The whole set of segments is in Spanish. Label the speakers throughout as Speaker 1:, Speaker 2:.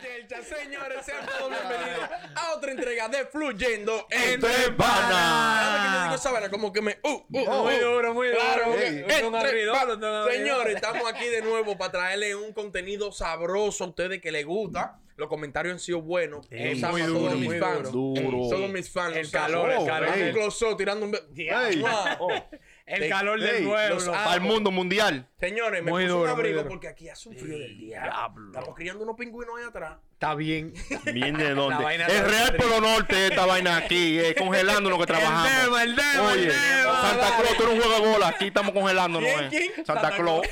Speaker 1: Yelcha, señores, sean todos bienvenidos a otra entrega de Fluyendo Entre
Speaker 2: Entre
Speaker 1: Panas.
Speaker 2: Panas.
Speaker 1: Ahora que yo digo esa vaina, como que me. Uh, uh,
Speaker 2: Muy
Speaker 1: uh.
Speaker 2: duro, muy duro.
Speaker 1: Claro,
Speaker 2: Ey.
Speaker 1: porque
Speaker 2: Un
Speaker 1: entre
Speaker 2: abridor,
Speaker 1: pa-
Speaker 2: un abridor.
Speaker 1: Señores, estamos aquí de nuevo para traerles un contenido sabroso a ustedes que les gusta. Los comentarios han sido buenos.
Speaker 2: Ey,
Speaker 1: Los amo
Speaker 2: muy
Speaker 1: a todos
Speaker 2: duro,
Speaker 1: mis
Speaker 2: muy
Speaker 1: fans.
Speaker 2: duro.
Speaker 1: Todos mis fans.
Speaker 3: El
Speaker 1: los
Speaker 3: calor,
Speaker 1: amo.
Speaker 2: el calor.
Speaker 1: Un close tirando un. be-
Speaker 2: Ey.
Speaker 1: Wow.
Speaker 3: El
Speaker 1: Ey,
Speaker 3: calor
Speaker 2: ey,
Speaker 3: del
Speaker 1: los
Speaker 3: pueblo. Ah,
Speaker 1: amo.
Speaker 2: Para el mundo mundial.
Speaker 1: Señores, me
Speaker 3: Muy
Speaker 1: puse un
Speaker 3: duro, muy
Speaker 1: abrigo
Speaker 3: duro.
Speaker 1: porque aquí hace un frío del diablo. Estamos criando unos pingüinos ahí atrás.
Speaker 3: Está bien.
Speaker 2: Bien de
Speaker 3: La
Speaker 2: dónde.
Speaker 3: vaina
Speaker 2: Es
Speaker 3: de-
Speaker 2: Real Polo Norte esta vaina aquí, eh, congelando lo que trabajamos.
Speaker 3: el tema,
Speaker 2: Oye, Santa Claus, tú eres un juego de bola. Aquí estamos congelando, ¿no?
Speaker 1: ¿Quién,
Speaker 2: eh.
Speaker 1: quién?
Speaker 2: Santa Claus.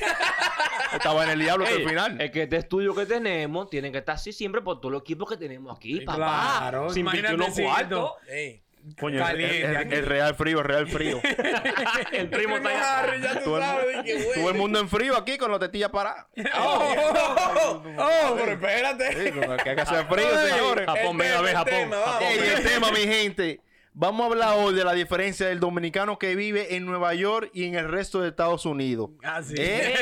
Speaker 2: Estaba en el diablo hasta el final.
Speaker 4: Es que este estudio que tenemos tiene que estar así siempre por todos los equipos que tenemos aquí, papá.
Speaker 3: Claro,
Speaker 4: Sin
Speaker 3: imagínate
Speaker 4: 21
Speaker 3: si
Speaker 4: cuartos.
Speaker 1: Ey.
Speaker 2: Coño, el,
Speaker 3: Caliente
Speaker 2: el-
Speaker 3: aquí.
Speaker 2: el Real Frío, el Real Frío.
Speaker 4: El
Speaker 1: Primo
Speaker 4: primo está allá.
Speaker 1: Harry, ya tú
Speaker 2: Todo el
Speaker 1: sabes de
Speaker 2: mundo-
Speaker 1: que güey.
Speaker 2: Todo el mundo en frío aquí con los tetillas paradas.
Speaker 1: ¡Oh! ¡Oh! Pero espérate.
Speaker 2: Sí, como que hay que hacer frío,
Speaker 1: Ey,
Speaker 2: señores.
Speaker 3: este
Speaker 1: el
Speaker 4: Japón, venga,
Speaker 1: tema,
Speaker 4: ve
Speaker 1: el
Speaker 4: Japón.
Speaker 1: tema, vamos.
Speaker 2: Ey, el tema, mi gente. Vamos a hablar hoy de la diferencia del dominicano que vive en Nueva York y en el resto de Estados Unidos.
Speaker 3: Así.
Speaker 2: Eh,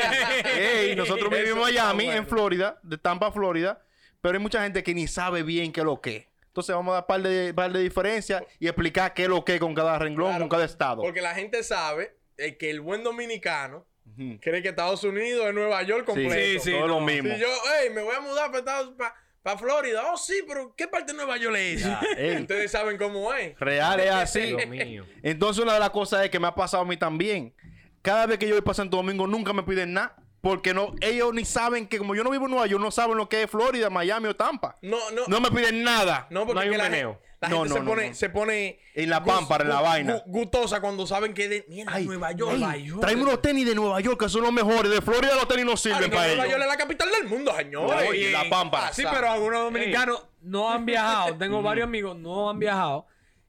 Speaker 2: eh, nosotros
Speaker 3: Eso
Speaker 2: vivimos en
Speaker 3: está
Speaker 2: Miami,
Speaker 3: bueno.
Speaker 2: en Florida, de Tampa, Florida, pero hay mucha gente que ni sabe bien qué es lo que es. Entonces vamos a dar par de, par de diferencias y explicar qué es lo que es con cada renglón,
Speaker 1: Claro,
Speaker 2: con cada estado.
Speaker 1: Porque la gente sabe eh, que el buen dominicano
Speaker 2: Ujú.
Speaker 1: cree que Estados Unidos es Nueva York completo.
Speaker 3: sí,
Speaker 2: sí, todo
Speaker 3: no.
Speaker 2: lo mismo.
Speaker 1: Si yo, hey, me voy a mudar para Estados para Florida. Oh, sí, pero ¿qué parte de Nueva York es esa?
Speaker 2: ey.
Speaker 1: Ustedes saben cómo es.
Speaker 2: Real es así.
Speaker 4: Dios mío.
Speaker 2: Entonces una de las cosas es que me ha pasado a mí también. Cada vez que yo voy para Santo Domingo nunca me piden nada. Porque no, ellos ni saben que como yo no vivo en Nueva York, no saben lo que es Florida, Miami o Tampa.
Speaker 1: No, no.
Speaker 2: No me piden nada.
Speaker 1: No, porque
Speaker 4: no hay
Speaker 1: es que
Speaker 4: un
Speaker 1: la,
Speaker 4: meneo.
Speaker 1: gen- la
Speaker 2: No,
Speaker 1: gente
Speaker 2: no,
Speaker 1: se,
Speaker 2: no,
Speaker 1: pone,
Speaker 2: no.
Speaker 1: se pone
Speaker 2: En la pámpara, en la
Speaker 1: gu-
Speaker 2: vaina.
Speaker 1: gu- gustosa cuando saben que es de mierda,
Speaker 2: Ay,
Speaker 1: Nueva York.
Speaker 2: ey,
Speaker 1: Nueva York.
Speaker 2: Tráeme unos tenis de Nueva York que son los mejores. De Florida los tenis no sirven
Speaker 1: Ay, no,
Speaker 2: para
Speaker 1: Nueva
Speaker 2: ellos.
Speaker 1: York es la capital del mundo, señores. Ah,
Speaker 2: Oye, la pámpara.
Speaker 3: Sí, pero algunos dominicanos no han viajado. Tengo varios amigos, no han viajado.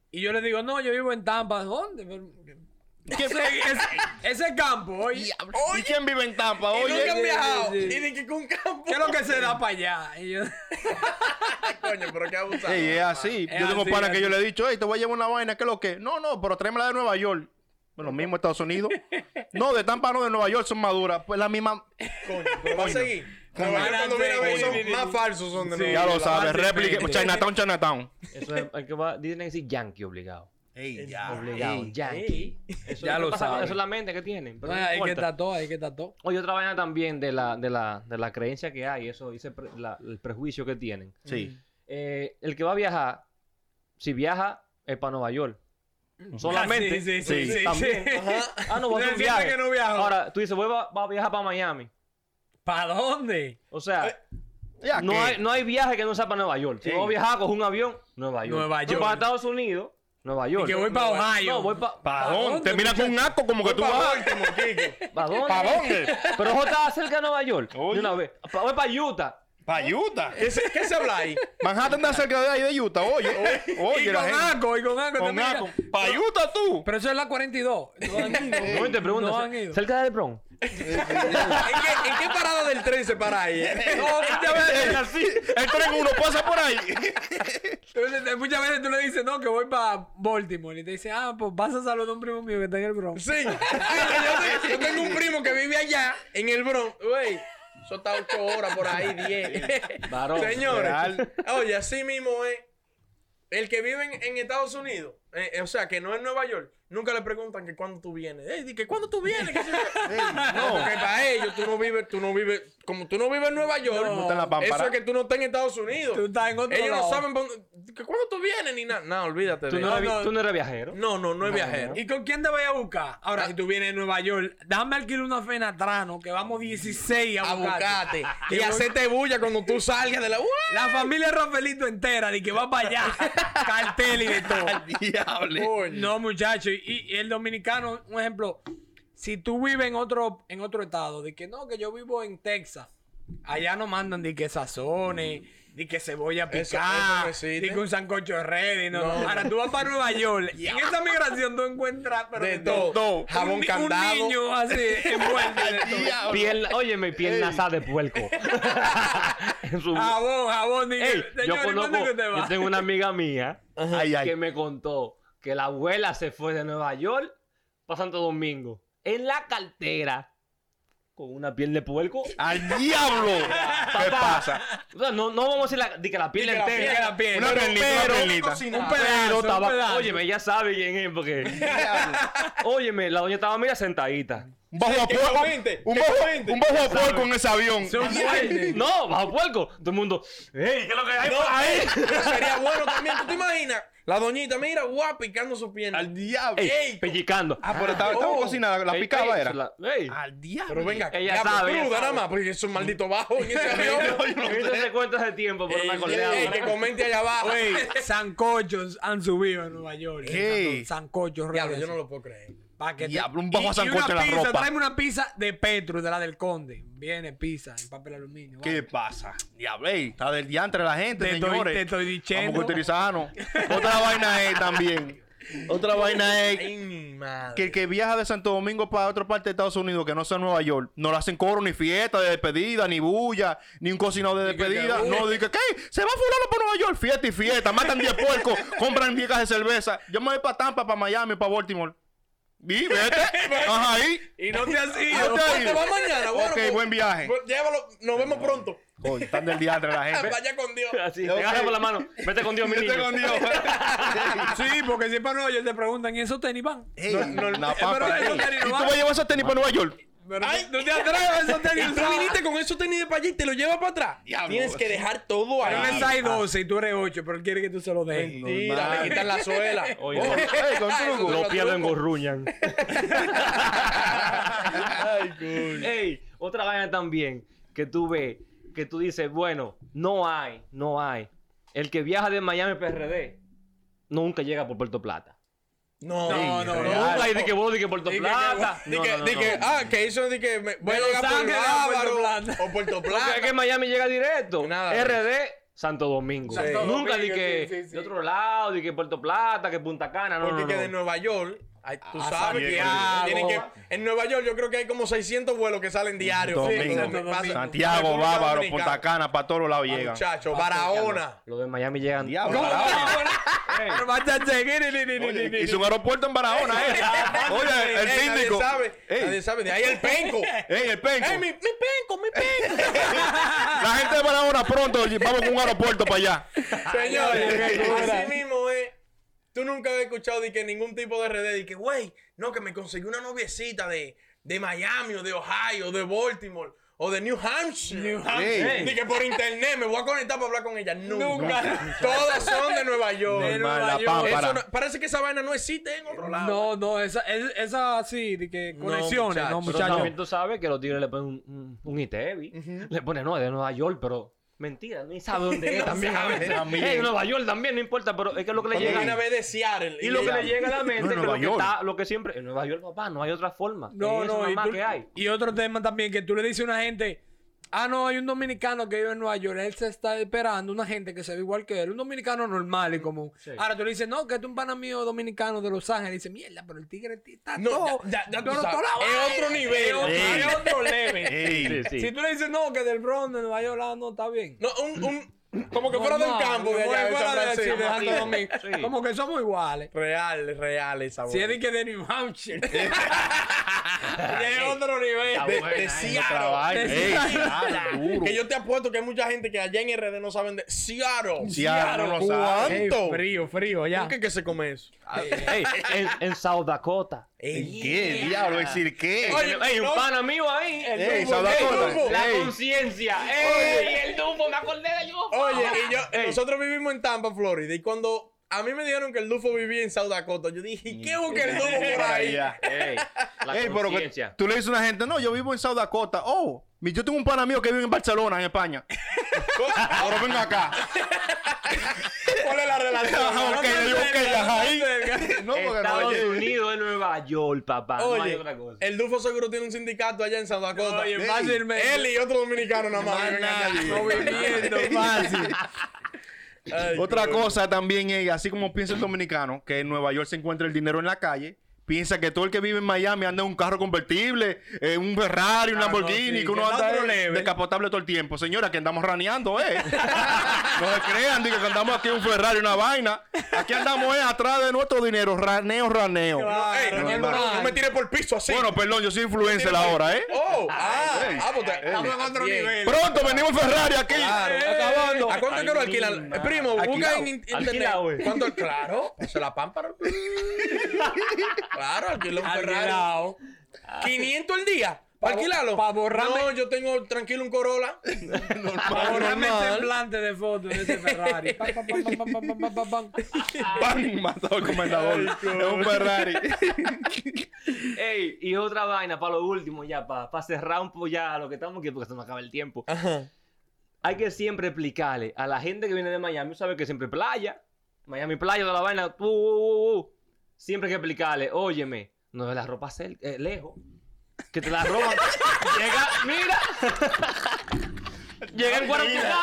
Speaker 3: Y yo les digo, no, yo vivo en Tampa. ¿Dónde? Pero- Ese, ese, ese campo, oye.
Speaker 2: ¿Y quién vive en Tampa?
Speaker 1: Y nunca han
Speaker 2: Oye, eh,
Speaker 1: viajado.
Speaker 3: sí, sí.
Speaker 1: Y ni que con campo.
Speaker 3: ¿Qué es lo que se da para allá? Y yo,
Speaker 1: Coño, pero qué abusado.
Speaker 2: Ey, es eh, así.
Speaker 3: Es
Speaker 2: yo tengo
Speaker 3: así,
Speaker 2: pana
Speaker 3: es
Speaker 2: que yo
Speaker 3: así.
Speaker 2: le he dicho, hey, te voy a llevar una vaina, ¿qué es lo que? es?". No, no, pero tráemela de Nueva York. Bueno, lo mismo Estados Unidos. No, de Tampa no, de Nueva York son maduras. Pues la misma.
Speaker 1: Ah, Coño, pero va a seguir. Nueva York cuando viene a ver son más falsos son de
Speaker 3: Sí,
Speaker 2: ya
Speaker 1: Nueva
Speaker 2: lo
Speaker 1: York.
Speaker 2: sabes,
Speaker 3: más
Speaker 2: réplica.
Speaker 3: diferente.
Speaker 2: Chinatown, Chinatown.
Speaker 4: Eso es el que va, tienen que decir yankee obligado.
Speaker 2: Ey,
Speaker 4: Obligado, yankee. Eso
Speaker 3: Ya
Speaker 4: es
Speaker 3: lo
Speaker 4: pasa con-
Speaker 3: saben.
Speaker 4: Eso es la mente que tienen. Pero no
Speaker 3: hay que
Speaker 4: importa.
Speaker 3: tató, hay que tató.
Speaker 4: Oye, otra vaina también de la, de la, de la creencia que hay, eso dice pre- la- el prejuicio que tienen.
Speaker 2: Sí.
Speaker 4: Eh, el que va a viajar, si viaja, es para Nueva York. Solamente.
Speaker 3: Ah, sí, sí, sí,
Speaker 2: Sí,
Speaker 3: sí,
Speaker 4: también.
Speaker 3: sí.
Speaker 1: Ajá.
Speaker 4: Ah, no, va a hacer un
Speaker 3: Siente
Speaker 4: viaje.
Speaker 3: que no viajo.
Speaker 4: Ahora, tú dices, voy a, va a viajar para Miami.
Speaker 3: ¿Para dónde?
Speaker 4: O sea,
Speaker 2: Ya
Speaker 4: no
Speaker 2: que-
Speaker 4: hay, no hay viaje que no sea para Nueva York. Si
Speaker 2: Sí.
Speaker 4: voy a viajar, cojo un avión, Nueva York.
Speaker 3: Nueva
Speaker 4: Voy
Speaker 3: York.
Speaker 4: para Estados Unidos, Nueva York.
Speaker 3: Y que voy para Ohio.
Speaker 4: No, voy para...
Speaker 2: ¿Para dónde?
Speaker 3: dónde,
Speaker 2: Te mira con un asco como que tú
Speaker 1: Pa'
Speaker 2: vas.
Speaker 1: Baltimore, Kike.
Speaker 4: ¿Para dónde?
Speaker 2: ¿Para dónde?
Speaker 4: Pero ojo, estaba cerca de Nueva York.
Speaker 2: Oye.
Speaker 4: De una vez. Pa- voy para Utah.
Speaker 2: Para Utah.
Speaker 1: ¿Qué se- ¿Qué se habla ahí?
Speaker 2: Eh, Manhattan está cerca de ahí de Utah, oye.
Speaker 3: y
Speaker 2: Oye,
Speaker 3: con
Speaker 2: la gente.
Speaker 3: Aco, y con Aco.
Speaker 2: Con
Speaker 3: también.
Speaker 2: asco. Para Utah tú.
Speaker 3: Pero eso es la 42. No han ido.
Speaker 4: No, y te pregunto,
Speaker 3: No
Speaker 4: ¿cer-
Speaker 3: han ido.
Speaker 4: ¿cerca de Bronx?
Speaker 1: ¿En qué, en qué parada del tren se para ahí?
Speaker 3: No, muchas veces-
Speaker 2: así. El tren uno pasa por ahí.
Speaker 3: entonces, Muchas veces tú le dices, no, que voy para Baltimore. Y te dice, ah, pues vas a saludar a un primo mío que está en el Bronx.
Speaker 1: Sí. Yo, te- yo tengo un primo que vive allá, en el Bronx. Güey, eso está ocho horas por ahí, diez.
Speaker 4: Varón.
Speaker 1: Señores,
Speaker 2: Real.
Speaker 1: oye, así mismo es. El que vive en, en Estados Unidos, eh, eh, o sea, que no es Nueva York, nunca le preguntan que cuándo tú vienes. Ey, di que cuándo tú vienes. Que se- no, porque para ellos tú no vives, tú no vives, como tú no vives en Nueva York,
Speaker 3: No.
Speaker 2: Tú estás en la Pampara.
Speaker 1: eso es que tú no estás en Estados Unidos.
Speaker 3: Tú estás en otro
Speaker 1: ellos
Speaker 3: lado.
Speaker 1: no saben pa' dónde- que cuándo tú vienes ni nada. No, olvídate
Speaker 4: Tú
Speaker 1: de
Speaker 4: no,
Speaker 1: eso.
Speaker 4: eres, vi-
Speaker 3: no.
Speaker 4: tú no eres viajero.
Speaker 1: No, no, no es viajero.
Speaker 3: ¿Y con quién te vas a buscar? Ahora, si tú vienes de Nueva York, déjame alquilar una fenatrano, que vamos 16 a,
Speaker 1: a
Speaker 3: buscarte.
Speaker 1: buscarte y hacerte bulla cuando tú salgas de la ¡Uah!
Speaker 3: La familia Rafaelito entera, de que va para allá. Cartel y de todo.
Speaker 2: Diablo.
Speaker 3: No, muchacho. Y, y el dominicano, un ejemplo, si tú vives en otro, en otro estado, de que no, que yo vivo en Texas, allá no mandan de que sazones, de que cebolla
Speaker 1: Eso- eso no
Speaker 3: picada,
Speaker 1: existe.
Speaker 3: de que un sancocho ready. No,
Speaker 1: No.
Speaker 3: Ahora tú vas para Nueva York y en esa migración tú encuentras pero
Speaker 1: De
Speaker 3: de, todo.
Speaker 1: todo.
Speaker 2: todo.
Speaker 3: Un
Speaker 1: Jabón
Speaker 3: ni- un,
Speaker 1: candado.
Speaker 3: niño así, envuelto. de todo.
Speaker 4: Pierna, óyeme, pierna asada de puerco. En su-
Speaker 3: Jabón, jabón, niño.
Speaker 4: Ey, yo
Speaker 3: Ah, Señor, ¿y
Speaker 4: conozco,
Speaker 3: cuándo es que usted
Speaker 4: yo
Speaker 3: va?
Speaker 4: tengo una amiga mía
Speaker 2: Ay, ay.
Speaker 4: que me contó que la abuela se fue de Nueva York para Santo Domingo en la cartera con una piel de puerco.
Speaker 2: ¡Al diablo! ¿Qué pasa?
Speaker 4: O sea, no, no vamos a decir la, di que la piel
Speaker 3: Di que la
Speaker 4: entera.
Speaker 3: piel, la piel.
Speaker 2: Una
Speaker 3: Pero-
Speaker 2: perlita, una
Speaker 3: pero-
Speaker 2: perlita.
Speaker 3: Un
Speaker 4: Pero
Speaker 3: pedazo, un
Speaker 4: estaba.
Speaker 3: pedazo.
Speaker 4: Óyeme, ella sabe quién es, porque. Óyeme, la doña estaba media sentadita.
Speaker 2: Un bajo a
Speaker 1: Que
Speaker 2: puerco.
Speaker 1: comente,
Speaker 2: Un
Speaker 1: que
Speaker 2: bajo,
Speaker 1: comente.
Speaker 2: un bajo a puerco en ese avión.
Speaker 3: Son fuertes.
Speaker 4: No, bajo puerco. Todo el mundo. ¡Ey! ¿Qué es lo que hay
Speaker 1: No,
Speaker 4: por ahí?
Speaker 1: Sería bueno también. ¿Tú te imaginas? La doñita, mira, guau, picando su pierna.
Speaker 2: ¡Al diablo!
Speaker 4: Ey,
Speaker 1: Ey,
Speaker 4: pellicando.
Speaker 2: Ah, pero estaba,
Speaker 1: oh.
Speaker 2: estaba cocinada, la
Speaker 4: Ey,
Speaker 2: picaba
Speaker 4: ey,
Speaker 2: era.
Speaker 4: la- ¡Ey!
Speaker 1: Ah,
Speaker 2: ¡Al diablo!
Speaker 1: Pero venga,
Speaker 4: Ella
Speaker 1: diablo,
Speaker 4: sabe, ella
Speaker 1: cruda
Speaker 4: sabe.
Speaker 1: nada más, porque es un maldito bajo en ese avión.
Speaker 4: Esto se cuenta hace tiempo, pero me
Speaker 1: Ey,
Speaker 4: acordé
Speaker 1: ey,
Speaker 4: ahora.
Speaker 1: que comente allá abajo.
Speaker 3: Sancochos han subido en Nueva York.
Speaker 2: ¿Qué?
Speaker 3: Sancochos Sancochos
Speaker 1: Diablo,
Speaker 3: reales.
Speaker 1: yo no lo puedo creer.
Speaker 3: Pa' que te-
Speaker 2: Diablo, un bajo
Speaker 3: y- y
Speaker 2: sancocho
Speaker 3: una
Speaker 2: en la
Speaker 3: pizza,
Speaker 2: ropa.
Speaker 3: Tráeme una pizza de Petro, de la del Conde. Viene pizza en papel aluminio.
Speaker 2: ¿Qué
Speaker 3: vale.
Speaker 2: pasa? Diablo, ey, está del diantre la gente,
Speaker 3: Te estoy-
Speaker 2: señores.
Speaker 3: te estoy diciendo.
Speaker 2: Vamos a utilizarnos. Otra vaina es también. Otra vaina es
Speaker 1: Ay, mi madre.
Speaker 2: que el que viaja de Santo Domingo para otra parte de Estados Unidos que no sea Nueva York, no le hacen coro, ni fiesta de despedida, ni bulla, ni un cocinado de
Speaker 1: que-
Speaker 2: despedida.
Speaker 1: que-
Speaker 2: no, dice, ¿qué? Se va fulano para Nueva York, fiesta y fiesta, matan 10 puercos, compran viejas de cerveza. Yo me voy para Tampa, para Miami, para Baltimore. Y vete, ajá, ahí.
Speaker 3: Y no te has
Speaker 2: No
Speaker 3: ido.
Speaker 2: te-
Speaker 1: Pues, te va mañana, bueno.
Speaker 2: Ok,
Speaker 1: pues,
Speaker 2: buen viaje.
Speaker 1: pues, llévalo, nos vemos pronto.
Speaker 2: Coño, están del diantre la gente.
Speaker 1: Vaya con Dios.
Speaker 4: Así,
Speaker 2: Ok.
Speaker 4: te agarra por la mano. Vete con Dios, mi
Speaker 2: Vete
Speaker 4: niño.
Speaker 2: con Dios.
Speaker 3: Ah, Sí, porque siempre no, ellos te preguntan, ¿y esos tenis van?
Speaker 2: Ey,
Speaker 1: no,
Speaker 2: la
Speaker 1: es
Speaker 2: papa,
Speaker 1: verdad que
Speaker 2: ey.
Speaker 1: no tenía
Speaker 2: ¿Y tú
Speaker 3: nada.
Speaker 2: vas a llevar esos tenis para Nueva York?
Speaker 3: Pero
Speaker 1: Ay.
Speaker 3: no te atrevas a esos
Speaker 1: Y
Speaker 3: tenis
Speaker 1: tú
Speaker 3: usados.
Speaker 1: viniste con esos tenis de para allá y te lo llevas para atrás.
Speaker 2: Diablo.
Speaker 1: Tienes que dejar todo
Speaker 3: Él
Speaker 1: ahí.
Speaker 3: es 6 12 y tú eres 8, pero él quiere que tú se lo dejes.
Speaker 2: Ay, Ah. no.
Speaker 1: Mentira,
Speaker 2: Normal.
Speaker 1: le quitan la suela.
Speaker 4: Oye,
Speaker 1: Oh,
Speaker 4: no.
Speaker 1: ey, con truco.
Speaker 4: Los
Speaker 1: Con
Speaker 4: pies lo
Speaker 1: truco.
Speaker 4: engorruñan.
Speaker 2: Ay, coño.
Speaker 4: Ey, otra vaina también que tú ves, que tú dices, bueno, no hay, no hay. El que viaja de Miami a PRD nunca llega por Puerto Plata.
Speaker 1: No,
Speaker 3: No,
Speaker 1: no,
Speaker 3: no,
Speaker 1: no.
Speaker 3: no.
Speaker 4: Nunca hay de que vos, de que Puerto
Speaker 3: Di que-
Speaker 4: Plata.
Speaker 1: Di
Speaker 4: No,
Speaker 1: que,
Speaker 4: no, no,
Speaker 1: di que,
Speaker 4: no.
Speaker 1: ah, que hizo di que me, voy a
Speaker 3: De Los
Speaker 1: llegar por
Speaker 3: Ángeles a Puerto Plata.
Speaker 1: Bávaro o Puerto
Speaker 4: Porque es
Speaker 1: Plata.
Speaker 4: que Miami llega directo.
Speaker 1: Nada.
Speaker 4: RD, Santo Domingo.
Speaker 1: Santo
Speaker 4: Nunca di
Speaker 3: Domingo,
Speaker 4: que
Speaker 3: sí, sí, sí.
Speaker 4: de otro lado, de que Puerto Plata, que Punta Cana. No,
Speaker 1: Porque
Speaker 4: no,
Speaker 1: que
Speaker 4: no.
Speaker 1: de Nueva York, ay, tú
Speaker 2: Ah,
Speaker 3: A
Speaker 1: sabes que
Speaker 3: Santiago.
Speaker 1: tienen que- en Nueva York yo creo que hay como 600 vuelos que salen diarios.
Speaker 2: Domingo.
Speaker 1: Santo Domingo.
Speaker 3: Santiago,
Speaker 2: Santiago,
Speaker 1: República
Speaker 2: Bávaro,
Speaker 1: Dominicana.
Speaker 2: Punta Cana, para todos lados llegan.
Speaker 1: Muchacho, Barahona.
Speaker 4: Los de Miami llegan.
Speaker 2: Diablo.
Speaker 4: No,
Speaker 2: Barahona.
Speaker 4: ey,
Speaker 3: Pero vas a seguir, ni, ni, ni, ni,
Speaker 2: Oye,
Speaker 3: ni, ni.
Speaker 2: Hizo un aeropuerto en Barahona, eh. Oye, el
Speaker 1: Ey,
Speaker 2: síndico.
Speaker 1: Nadie sabe,
Speaker 2: Ey.
Speaker 1: nadie sabe. De ahí el penco. ¡Ey,
Speaker 2: Ey, el
Speaker 1: mi, mi
Speaker 2: penco.
Speaker 1: penco, mi penco!
Speaker 2: La gente de Barahona pronto, oye, vamos con un aeropuerto para allá.
Speaker 1: Señores,
Speaker 3: Ay, ay, ay.
Speaker 1: así mismo es. Tú nunca habías escuchado de que ningún tipo de RD, de que, güey, no, que me conseguí una noviecita de, de Miami o de Ohio o de Baltimore o de New Hampshire.
Speaker 3: New
Speaker 2: Ey.
Speaker 4: Ey.
Speaker 1: De que por internet me voy a conectar para hablar con ella. Nunca.
Speaker 3: Nunca.
Speaker 1: Todas son de Nueva York.
Speaker 3: De Nueva
Speaker 2: Normal, la
Speaker 3: York.
Speaker 1: Eso
Speaker 2: pámpara.
Speaker 1: no- parece que esa vaina no existe en otro lado.
Speaker 3: No, no, esa, es- esa sí, de que
Speaker 1: No,
Speaker 3: conexiones, no,
Speaker 1: muchacho.
Speaker 4: Pero
Speaker 3: muchachos.
Speaker 4: también tú sabes que los tigres le ponen un, un, un ITEBI. Le ponen, no, es de Nueva York, pero... Mentira, ni sabe dónde es también.
Speaker 1: sabe,
Speaker 4: Es
Speaker 2: también.
Speaker 4: de Nueva York también, no importa, pero es que lo que le
Speaker 1: Cuando
Speaker 4: llega...
Speaker 1: viene a ver de Seattle.
Speaker 4: Y lo que le llega a la mente,
Speaker 2: No,
Speaker 4: que
Speaker 2: Nueva
Speaker 4: lo que,
Speaker 2: York.
Speaker 4: está, lo que siempre... En Nueva York, papá, no hay otra forma.
Speaker 3: No,
Speaker 4: es
Speaker 3: no,
Speaker 4: eso
Speaker 3: y,
Speaker 4: más
Speaker 3: tú-
Speaker 4: que hay.
Speaker 3: y otro tema también que tú le dices a una gente, ah, no, hay un dominicano que vive en Nueva York, él se está esperando, una gente que se ve igual que él, un dominicano normal y común.
Speaker 4: Sí.
Speaker 3: Ahora tú le dices, no, que este es un pana mío dominicano de Los Ángeles, y dice, mierda, pero el tigre t- está
Speaker 1: No,
Speaker 3: todo,
Speaker 1: ya- ya- ya tú
Speaker 3: pero
Speaker 1: sabes,
Speaker 3: toda la
Speaker 1: es
Speaker 3: vaina,
Speaker 1: otro nivel.
Speaker 3: es otro-
Speaker 2: Ey.
Speaker 3: es otro level.
Speaker 2: Ey.
Speaker 4: Sí, sí.
Speaker 3: Si tú le dices, no, que del Bronx de Nueva York, ah, no, está bien.
Speaker 1: No, un, un- como que fuera del
Speaker 3: Normal,
Speaker 1: campo de
Speaker 3: como
Speaker 1: allá de
Speaker 3: fuera
Speaker 1: San
Speaker 3: de- sí,
Speaker 1: Francisco.
Speaker 3: de Santo Domingo.
Speaker 4: Sí.
Speaker 3: Como que somos iguales.
Speaker 1: Real, real esa
Speaker 3: Si
Speaker 1: vaina.
Speaker 3: es de que de New Hampshire. Ya es otro nivel.
Speaker 4: Está
Speaker 1: de,
Speaker 4: buena,
Speaker 1: de
Speaker 4: ¿eh?
Speaker 1: Seattle.
Speaker 2: Trabajo.
Speaker 3: Te-
Speaker 2: Ey, claro, duro.
Speaker 1: Que yo te apuesto que hay mucha gente que allá en RD no saben de Seattle.
Speaker 2: Seattle, no lo sabe.
Speaker 3: Ey,
Speaker 1: ¿Cuánto?
Speaker 3: frío, frío, ya.
Speaker 1: ¿Por qué que se come eso?
Speaker 4: Ey, en, en South Dakota.
Speaker 1: Ey,
Speaker 2: ¿Qué diablo? Es decir, ¿qué?
Speaker 1: Oye,
Speaker 4: Ey,
Speaker 1: no-
Speaker 4: un pana mío ahí. El
Speaker 2: Ey,
Speaker 4: Dumbo,
Speaker 2: South
Speaker 1: ey,
Speaker 2: Dakota.
Speaker 1: Dumbo.
Speaker 4: La
Speaker 2: Ey.
Speaker 4: conciencia. eh. Ey, el Dumbo, me acordé de yo.
Speaker 1: Oye, y yo,
Speaker 4: Ey.
Speaker 1: nosotros vivimos en Tampa, Florida, y cuando a mí me dijeron que el Lufo vivía en South Dakota, yo dije, ¿y qué busca el Lufo por ahí?
Speaker 2: Ya.
Speaker 4: Ey, la
Speaker 2: Ey, pero que
Speaker 4: conciencia.
Speaker 2: tú le dices a una gente, no, yo vivo en South Dakota. Oh, mi- yo tengo un pana mío que vive en Barcelona, en España. Ahora vengo acá.
Speaker 1: ¿Cuál es la relación?
Speaker 2: Ajá, ok, yo, ok, ajá, ahí. No, porque no,
Speaker 4: Estados
Speaker 2: oye.
Speaker 4: Unidos es Nueva York, papá. Ah, no hay
Speaker 1: Oye,
Speaker 4: otra cosa.
Speaker 1: el Lufo seguro tiene un sindicato allá en South Dakota.
Speaker 3: Oye,
Speaker 2: Ey.
Speaker 3: fácilmente.
Speaker 1: Él y otro dominicano nada más.
Speaker 2: Más
Speaker 1: viven allá.
Speaker 2: nadie.
Speaker 1: No viviendo.
Speaker 3: fácil.
Speaker 1: Ay,
Speaker 2: Otra
Speaker 1: qué
Speaker 2: cosa también es, así como piensa el dominicano, que en Nueva York se encuentra el dinero en la calle, piensa que todo el que vive en Miami anda en un carro convertible, eh, un Ferrari, un
Speaker 3: Ah, no,
Speaker 2: Lamborghini,
Speaker 3: sí,
Speaker 2: que uno
Speaker 3: que está
Speaker 2: anda
Speaker 3: otro
Speaker 2: eh,
Speaker 3: level.
Speaker 2: descapotable todo el tiempo. Señora, que andamos raneando, ¿eh? no se crean, digo que andamos aquí en un Ferrari, una vaina. Aquí andamos eh, atrás de nuestro dinero, raneo, raneo. eh,
Speaker 1: No, ey,
Speaker 3: Claro,
Speaker 1: no, no,
Speaker 3: normal.
Speaker 1: no, no me tires por el piso así.
Speaker 2: Bueno, perdón, yo soy influencer ahora, ¿eh?
Speaker 1: Oh, ah,
Speaker 2: ey,
Speaker 1: ah, pues, estamos en otro nivel.
Speaker 2: Pronto venimos en Ferrari aquí.
Speaker 1: Acabando. ¿A cuánto
Speaker 4: Ay,
Speaker 1: que lo alquilan?
Speaker 4: mi
Speaker 1: Eh, primo,
Speaker 4: madre.
Speaker 1: busca en
Speaker 4: Alquilao.
Speaker 1: in- internet.
Speaker 4: Alquilao, eh.
Speaker 1: ¿Cuánto? Claro, se la pámpara. claro, alquila un Ferrari.
Speaker 3: Alquilado.
Speaker 1: 500 al día.
Speaker 3: Pa-
Speaker 1: Alquilalo.
Speaker 3: pa borrarme-
Speaker 1: No, yo tengo tranquilo un Corolla.
Speaker 3: Para borrarme el
Speaker 2: normal.
Speaker 3: semblante de foto de ese Ferrari. Pam, pam, pam, pam, pam, pam, pam, pam, pam.
Speaker 2: ¡Bang! Mató al comendador. es un Ferrari.
Speaker 4: Ey, y otra vaina, para lo último ya, para cerrar un poco ya lo que estamos aquí, porque se nos acaba el tiempo.
Speaker 1: Ajá.
Speaker 4: Hay que siempre explicarle a la gente que viene de Miami, sabe que siempre playa, Miami playa, toda la vaina, tú, uh, uh, uh. siempre hay que explicarle, óyeme, no de la ropa cel- eh, lejos, que te la roban. Llega, mira. Llega en cuarentena.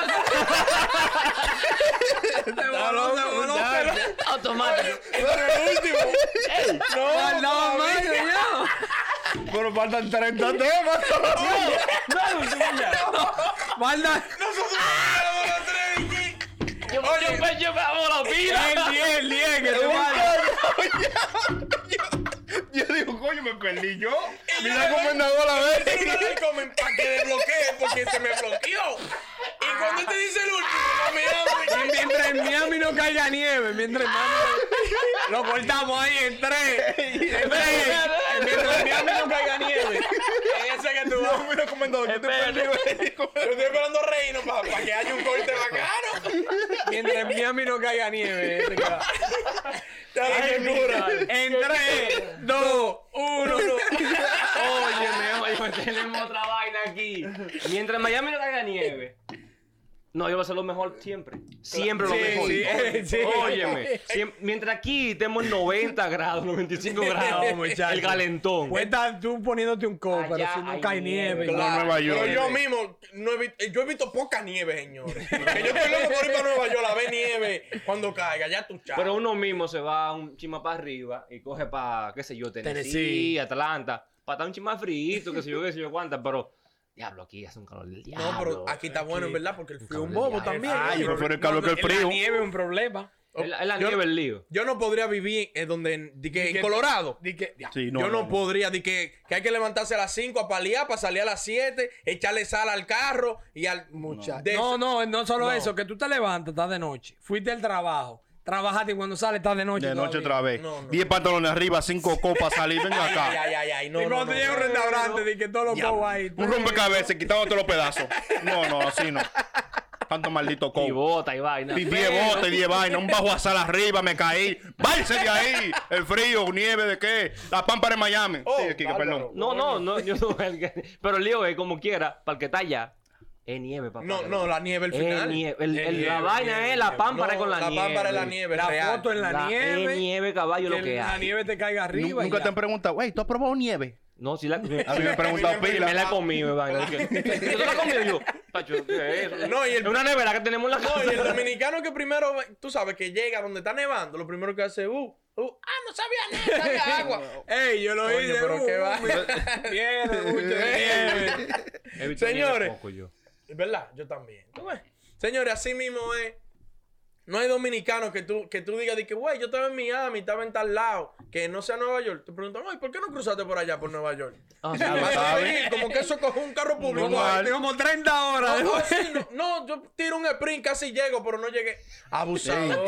Speaker 4: Automático.
Speaker 3: Al lado más, señor.
Speaker 2: Pero faltan 30 temas.
Speaker 3: Guarda.
Speaker 4: Yo me yo me yo me hago la vida.
Speaker 3: 10, 10, 10, que tú
Speaker 2: Yo digo, coño, me perdí yo. Mira comendador a ver.
Speaker 1: para que desbloquee porque se me bloqueó. Y cuando él te dice el último, no me
Speaker 3: vas. Mientras en Miami no caiga nieve, mientras en Miami- Lo cortamos ahí en 3. En 3. Mientras en Miami no caiga nieve.
Speaker 1: Ese que tú vas.
Speaker 2: Mira comendador, yo te perdí.
Speaker 1: Yo estoy esperando reino para que haya un corte bacano.
Speaker 3: Mientras en Miami no caiga nieve. ese que va.
Speaker 1: Ya la locura.
Speaker 3: En 3, 2, 1.
Speaker 4: Óyeme, óyeme, tenemos otra vaina aquí. Mientras en Miami no caiga nieve. No, yo voy a hacer lo mejor siempre. Siempre
Speaker 3: Sí,
Speaker 4: lo mejor.
Speaker 3: sí, eh, sí.
Speaker 4: Óyeme. siem- mientras aquí estemos en 90 grados, 95 grados,
Speaker 3: No, muchacho. Pues,
Speaker 4: el calentón.
Speaker 3: Puedes estar tú poniéndote un codo, pero
Speaker 4: Allá
Speaker 3: si no
Speaker 4: hay
Speaker 3: cae
Speaker 4: nieve.
Speaker 3: nieve.
Speaker 2: Como Nueva York.
Speaker 1: Pero yo mismo, no he visto, yo he visto poca nieve, señores. Que yo estoy loco por ir para Nueva York a ver nieve cuando caiga, ya tú chaval.
Speaker 4: Pero uno mismo se va un chima para arriba y coge para, qué sé yo, Tennessee,
Speaker 3: Tennessee.
Speaker 4: Atlanta, para estar un chima frío, qué sé yo, qué sé yo, cuánta, pero diablo, aquí hace un calor del diablo.
Speaker 1: no, pero
Speaker 3: ah,
Speaker 1: aquí está bueno, en verdad, porque el frío es un bobo también.
Speaker 2: Ay, yo prefiero el calor que el
Speaker 3: La
Speaker 2: frío.
Speaker 3: nieve es un problema.
Speaker 4: Es la, es la
Speaker 1: Yo-
Speaker 4: nieve el lío.
Speaker 1: Yo no podría vivir en donde di que, en Colorado.
Speaker 3: Di que- ya.
Speaker 2: Sí, no,
Speaker 1: yo no,
Speaker 2: no, no.
Speaker 1: podría, di que, que hay que levantarse a las 5 a paliar para salir a las 7, echarle sal al carro y al muchacho.
Speaker 3: No, no, no solo
Speaker 1: No.
Speaker 3: eso, que tú te levantas, estás de noche. Fuiste al trabajo, trabajaste y cuando sales estás de noche.
Speaker 2: De noche otra vez.
Speaker 1: No, no.
Speaker 2: 10 pantalones arriba, 5 copas, salir, ven
Speaker 1: Ay,
Speaker 2: acá.
Speaker 1: ay, ay, ay, no.
Speaker 3: y cuando
Speaker 1: no,
Speaker 3: te
Speaker 1: no,
Speaker 3: llega un
Speaker 1: no.
Speaker 3: restaurante, di que todos los
Speaker 2: Diablo.
Speaker 3: cobos ahí.
Speaker 2: Un rompecabezas, quitándote los pedazos. No, no, así no. Tanto maldito
Speaker 4: Y
Speaker 2: cobo.
Speaker 4: bota y vaina.
Speaker 2: 10 botes, 10 vainas, un bajo a sal arriba, me caí. Váyase de ahí. El frío, nieve, ¿de qué? La pámpara en Miami.
Speaker 1: Oh,
Speaker 2: sí, Kike,
Speaker 1: bárbaro.
Speaker 2: perdón.
Speaker 4: No, no, no, yo no. el que- Pero el lío es como quiera, para el que está allá, es nieve, papá.
Speaker 1: No, no, la nieve al
Speaker 4: Es
Speaker 1: final.
Speaker 4: nieve, el-
Speaker 1: Es
Speaker 4: el- la
Speaker 1: nieve,
Speaker 4: vaina
Speaker 1: nieve,
Speaker 4: es la
Speaker 1: nieve.
Speaker 4: pámpara
Speaker 1: No,
Speaker 4: con la
Speaker 1: La pámpara es la
Speaker 4: nieve.
Speaker 1: nieve,
Speaker 3: La
Speaker 1: real.
Speaker 3: foto en la, nieve.
Speaker 4: Es nieve, caballo, lo
Speaker 3: que
Speaker 4: que
Speaker 3: la
Speaker 4: hay.
Speaker 3: nieve te caiga
Speaker 2: Nu-
Speaker 3: arriba. y
Speaker 2: Nunca
Speaker 3: ya.
Speaker 2: te han preguntado, güey, ¿tú has probado nieve?
Speaker 4: No, si la.
Speaker 2: A mí me han preguntado
Speaker 4: Y
Speaker 2: pila.
Speaker 4: me la he comido, vaina. Dije, ¿Tú la has comido Y yo? Pacho, ¿qué es eso?
Speaker 1: No, y el-
Speaker 4: Es una nevera que tenemos en la casa.
Speaker 1: No, y el dominicano que primero, ve- tú sabes, que llega donde está nevando, lo primero que hace es, uh, uh, ah, no sabía nada, sabía agua.
Speaker 3: Ey, yo lo
Speaker 1: Coño,
Speaker 3: hice.
Speaker 1: pero qué va.
Speaker 3: mira, Nieve, mucho nieve.
Speaker 4: He visto nieve
Speaker 1: Señores.
Speaker 4: poco yo.
Speaker 1: Es ¿Verdad? Yo también. ¿Tú ves? Señores, así mismo es. No hay dominicano que tú, que tú digas, de que, güey, yo estaba en Miami, estaba en tal lado, que no sea Nueva York. Te preguntan, ay, ¿por qué no cruzaste por allá, por Nueva York?
Speaker 4: Ah, sí.
Speaker 1: Como que-
Speaker 2: ¿sabes?
Speaker 1: Como que eso coge un carro público.
Speaker 3: Como,
Speaker 1: ahí.
Speaker 3: como 30 horas.
Speaker 1: Algo así, Ah, no, no, yo tiro un sprint, casi llego, pero no llegué. Abusado.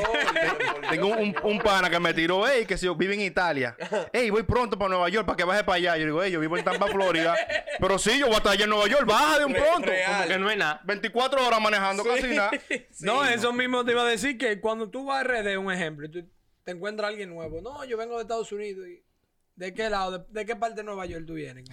Speaker 2: Tengo un, un pana que me tiró, ey, que si yo vive en Italia. Ey, voy pronto para Nueva York para que baje para allá. Yo digo, ey, yo vivo en Tampa, Florida. Pero sí, yo voy hasta allá en Nueva York, baja de un
Speaker 1: Re-
Speaker 2: pronto.
Speaker 1: real.
Speaker 4: Como que no es nada.
Speaker 2: 24 horas manejando casi nada.
Speaker 3: No, eso mismo te iba a decir que cuando tú vas a RD, un ejemplo, y tú te encuentras a alguien nuevo. No, yo vengo de Estados Unidos. Y, ¿De qué lado? ¿De, de qué parte de Nueva York tú vienes?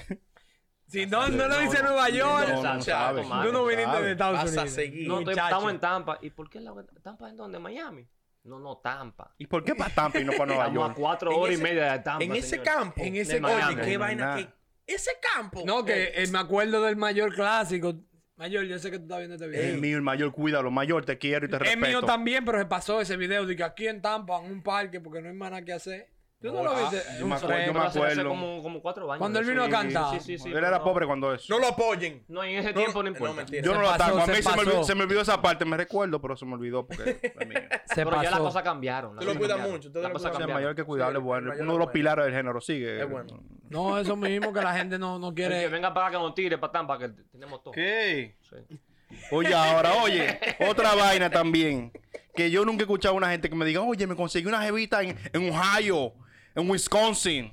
Speaker 3: si no, no lo dice Nueva York,
Speaker 2: No, no
Speaker 4: Exacto,
Speaker 2: sabe.
Speaker 4: no
Speaker 3: tú no viniste de
Speaker 2: sabe.
Speaker 3: Estados
Speaker 1: Vas a
Speaker 3: Unidos.
Speaker 1: seguir.
Speaker 4: No, estoy-
Speaker 3: Muchacho.
Speaker 4: estamos en Tampa. ¿Y por qué la Tampa es donde? ¿Miami? No, no, Tampa.
Speaker 2: ¿Y por qué para Tampa y no para Nueva
Speaker 4: Estamos a
Speaker 2: York?
Speaker 4: cuatro
Speaker 1: En
Speaker 4: horas y
Speaker 1: ese-
Speaker 4: media de Tampa.
Speaker 1: en ese
Speaker 4: señores.
Speaker 1: campo.
Speaker 3: En ese
Speaker 4: De
Speaker 1: Oye,
Speaker 4: Miami.
Speaker 1: qué
Speaker 2: no,
Speaker 1: vaina.
Speaker 2: nada.
Speaker 1: que- ese campo.
Speaker 3: No, que
Speaker 1: Ey,
Speaker 3: eh, me acuerdo del mayor clásico. Mayor, yo sé que tú estás viendo este
Speaker 2: Es
Speaker 3: video.
Speaker 2: mío, el mayor, cuídalo. Mayor, te quiero y te
Speaker 3: Es mío
Speaker 2: respeto.
Speaker 3: también, pero se pasó ese video de que aquí en Tampa, en un parque, porque no hay más nada que hacer. ¿Tú no lo
Speaker 2: Ah,
Speaker 3: viste?
Speaker 2: yo
Speaker 3: Un
Speaker 2: me acuerdo,
Speaker 3: fre-
Speaker 2: yo me
Speaker 4: Hace- hace
Speaker 2: acuerdo.
Speaker 4: Como, como cuatro años.
Speaker 3: Cuando él
Speaker 4: eso,
Speaker 3: vino a
Speaker 4: y-
Speaker 3: cantar.
Speaker 4: Sí, sí, sí.
Speaker 2: Él era
Speaker 4: no.
Speaker 2: pobre cuando eso.
Speaker 1: No lo apoyen.
Speaker 4: No, y en ese tiempo no importa.
Speaker 1: mentira.
Speaker 2: Yo
Speaker 3: Se
Speaker 2: no lo
Speaker 3: pasó,
Speaker 2: ataco. A
Speaker 3: se
Speaker 2: mí se me, olvidó,
Speaker 3: pasó.
Speaker 2: se me olvidó esa parte. Me recuerdo, pero se me olvidó porque la mía.
Speaker 3: Se
Speaker 4: Pero ya las
Speaker 3: pasó.
Speaker 4: cosas cambiaron. las
Speaker 1: Tú lo
Speaker 4: cosas
Speaker 1: cuidas
Speaker 4: cambiaron,
Speaker 1: mucho, tú
Speaker 4: las
Speaker 1: lo
Speaker 4: cosas
Speaker 1: cuidas.
Speaker 2: O sea,
Speaker 1: Cambiaron.
Speaker 2: mayor que cuidarle,
Speaker 1: Sí,
Speaker 2: bueno.
Speaker 1: mayor
Speaker 2: Uno de los
Speaker 1: bueno.
Speaker 2: pilares del género, sigue.
Speaker 1: Es bueno.
Speaker 3: No, eso mismo que la gente no, no
Speaker 4: El que
Speaker 3: quiere.
Speaker 4: venga para acá que nos tire, patán, para que tenemos todo.
Speaker 2: ¿Qué?
Speaker 4: Sí.
Speaker 2: Oye, ahora, oye, otra vaina también. Que yo nunca he escuchado a una gente que me diga, oye, me conseguí una jevita en, en Ohio, en Wisconsin,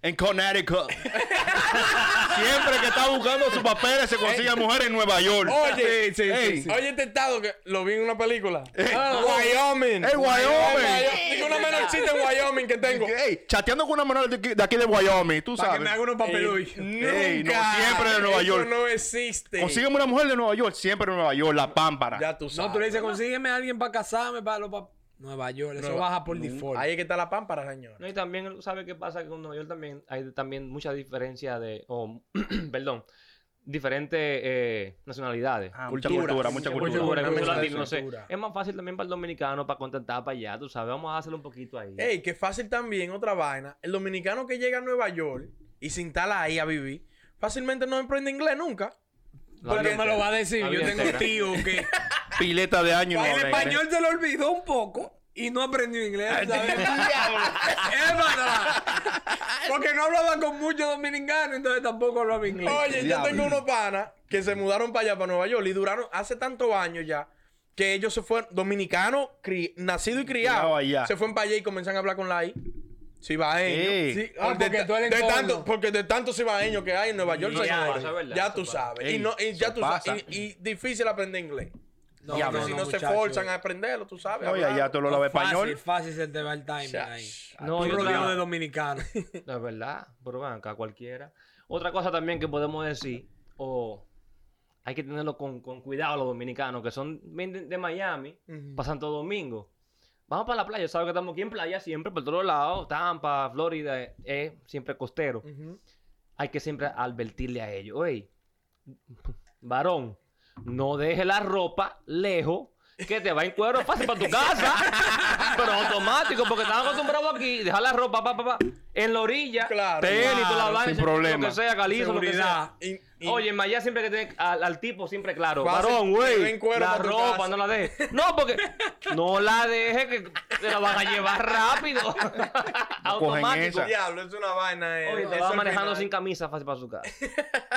Speaker 2: en Connecticut. Siempre que está buscando sus papeles se consigue mujer en Nueva York.
Speaker 1: Oye,
Speaker 3: Sí, sí,
Speaker 2: Ey,
Speaker 3: sí, sí.
Speaker 1: Oye, este estado que lo vi en una película.
Speaker 2: Eh.
Speaker 1: Ah, Wyoming.
Speaker 2: ¡Ey, Wyoming!
Speaker 1: Wyoming. Digo una menorcita en Wyoming que tengo.
Speaker 2: Ey, chateando con una menor de aquí- de aquí de Wyoming, tú
Speaker 3: Para que
Speaker 2: sabes.
Speaker 3: me haga unos papeluy.
Speaker 2: Ey, no,
Speaker 1: Nunca.
Speaker 2: siempre de Nueva
Speaker 1: Eso
Speaker 2: York.
Speaker 1: no existe.
Speaker 2: Consígueme una mujer de Nueva York, siempre en Nueva York, la pámpara.
Speaker 1: Ya tú sabes.
Speaker 3: No, tú le dices, consígueme a alguien para casarme, para los pap- Nueva York, eso
Speaker 1: Nueva-
Speaker 3: baja por default.
Speaker 1: Ahí es que está la pámpara, señor.
Speaker 4: No, y también, ¿sabe qué pasa? Que con Nueva York también hay también mucha diferencia de, o, perdón, diferentes eh, nacionalidades.
Speaker 2: Ah, mucha cultura, mucha
Speaker 4: Mucho
Speaker 2: cultura.
Speaker 4: bueno, mucho
Speaker 1: Cultura,
Speaker 4: latino, no sé.
Speaker 1: cultura.
Speaker 4: Es más fácil también para el dominicano, para contactar para allá, tú sabes, vamos a hacerlo un poquito ahí.
Speaker 1: Ey, que fácil también, otra vaina. El dominicano que llega a Nueva York y se instala ahí a vivir, fácilmente no emprende inglés nunca.
Speaker 4: La
Speaker 3: Pero
Speaker 4: vida
Speaker 3: me lo va a
Speaker 4: entera.
Speaker 3: decir.
Speaker 4: La
Speaker 3: Yo
Speaker 4: vida
Speaker 3: tengo un
Speaker 4: entera.
Speaker 3: tío que.
Speaker 2: Pileta de años.
Speaker 3: El español se lo olvidó un poco y no aprendió inglés. ¿sabes? es verdad. Porque no hablaba con muchos dominicanos, entonces tampoco hablaba inglés.
Speaker 1: Oye, yo tengo unos panas que se mudaron para allá, para Nueva York, y duraron hace tantos años ya que ellos se fueron, dominicanos, cri- nacido y criado,
Speaker 2: Criado allá.
Speaker 1: se fueron para allá y comenzaron a hablar con la I. Cibaeño.
Speaker 2: Ey.
Speaker 1: Sí,
Speaker 3: Ah,
Speaker 1: de,
Speaker 3: porque
Speaker 1: ta-
Speaker 3: tú eres
Speaker 1: de
Speaker 3: codo.
Speaker 1: tanto, porque de tantos cibaeños que hay en Nueva York,
Speaker 4: Ya,
Speaker 1: señores,
Speaker 4: eso es verdad,
Speaker 1: ya
Speaker 4: eso
Speaker 1: tú
Speaker 4: es verdad.
Speaker 1: sabes.
Speaker 2: Ey,
Speaker 1: y, no, y ya
Speaker 2: eso
Speaker 1: tú sabes.
Speaker 2: pasa.
Speaker 1: Y, y difícil aprender inglés.
Speaker 3: No,
Speaker 1: Porque si no se
Speaker 3: muchacho.
Speaker 1: forzan a aprenderlo, tú sabes.
Speaker 2: Oye,
Speaker 1: hablar.
Speaker 2: allá tú lo
Speaker 3: No,
Speaker 2: lavas
Speaker 3: Fácil,
Speaker 2: español.
Speaker 3: fácil se te va el timing
Speaker 1: Ya.
Speaker 3: ahí.
Speaker 4: No,
Speaker 3: No,
Speaker 4: yo
Speaker 3: yo
Speaker 4: claro.
Speaker 3: rodeado de dominicanos.
Speaker 4: No, es verdad, pero ven acá cualquiera. Otra cosa también que podemos decir, o hay que tenerlo con, con cuidado los dominicanos, que son bien de, de Miami,
Speaker 1: Ujú.
Speaker 4: para Santo Domingo. Vamos para la playa, sabes que estamos aquí en playa siempre, por todos lados, Tampa, Florida, eh, eh, siempre costero.
Speaker 1: Ujú.
Speaker 4: Hay que siempre advertirle a ellos, oye, varón, no deje la ropa lejos. Que te va en cuero fácil para tu casa. pero automático, porque están acostumbrados aquí. Dejar la ropa, pa, pa, pa, en la orilla.
Speaker 1: Claro.
Speaker 4: Tenis, toda la
Speaker 2: Claro,
Speaker 4: vaina,
Speaker 2: sin
Speaker 4: lo
Speaker 2: problema.
Speaker 4: que sea, calizo, lo que sea.
Speaker 3: Seguridad.
Speaker 1: Y- y-
Speaker 4: Oye, en Miami siempre que te al, al tipo, siempre claro.
Speaker 1: Fácil,
Speaker 4: Varón,
Speaker 1: te ven
Speaker 4: güey.
Speaker 1: cuero
Speaker 4: La
Speaker 1: pa' tu casa.
Speaker 4: ropa, no la dejes. No, porque no la dejes, que te la van a llevar rápido. automático.
Speaker 2: esa.
Speaker 1: diablo, es una vaina. eh.
Speaker 4: Oye, te
Speaker 1: Eso
Speaker 4: vas
Speaker 1: al
Speaker 4: manejando
Speaker 1: final.
Speaker 4: sin camisa fácil para su casa.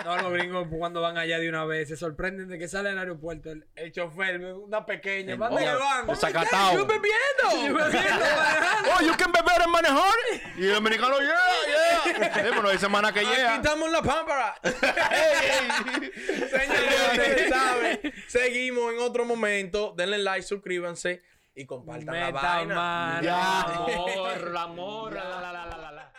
Speaker 3: No, los gringos cuando van allá de una vez se sorprenden de que sale del aeropuerto el, el chofer, una pequeña. ¿Dónde
Speaker 2: oh,
Speaker 3: llevan?
Speaker 2: desacatado.
Speaker 3: Yo bebiendo. Yo bebiendo, manejando.
Speaker 2: Oh, you can beber and manejar. Y el dominicano, yeah, yeah. Eh, bueno, hay semana que
Speaker 1: Aquí
Speaker 2: llega.
Speaker 1: estamos en la pámpara. Señores, ustedes saben. Seguimos en otro momento. Denle like, suscríbanse y compartan la
Speaker 3: Meta
Speaker 1: vaina.
Speaker 3: mano.
Speaker 2: Ya.
Speaker 4: Amor, la morra, la, la, la, la, la.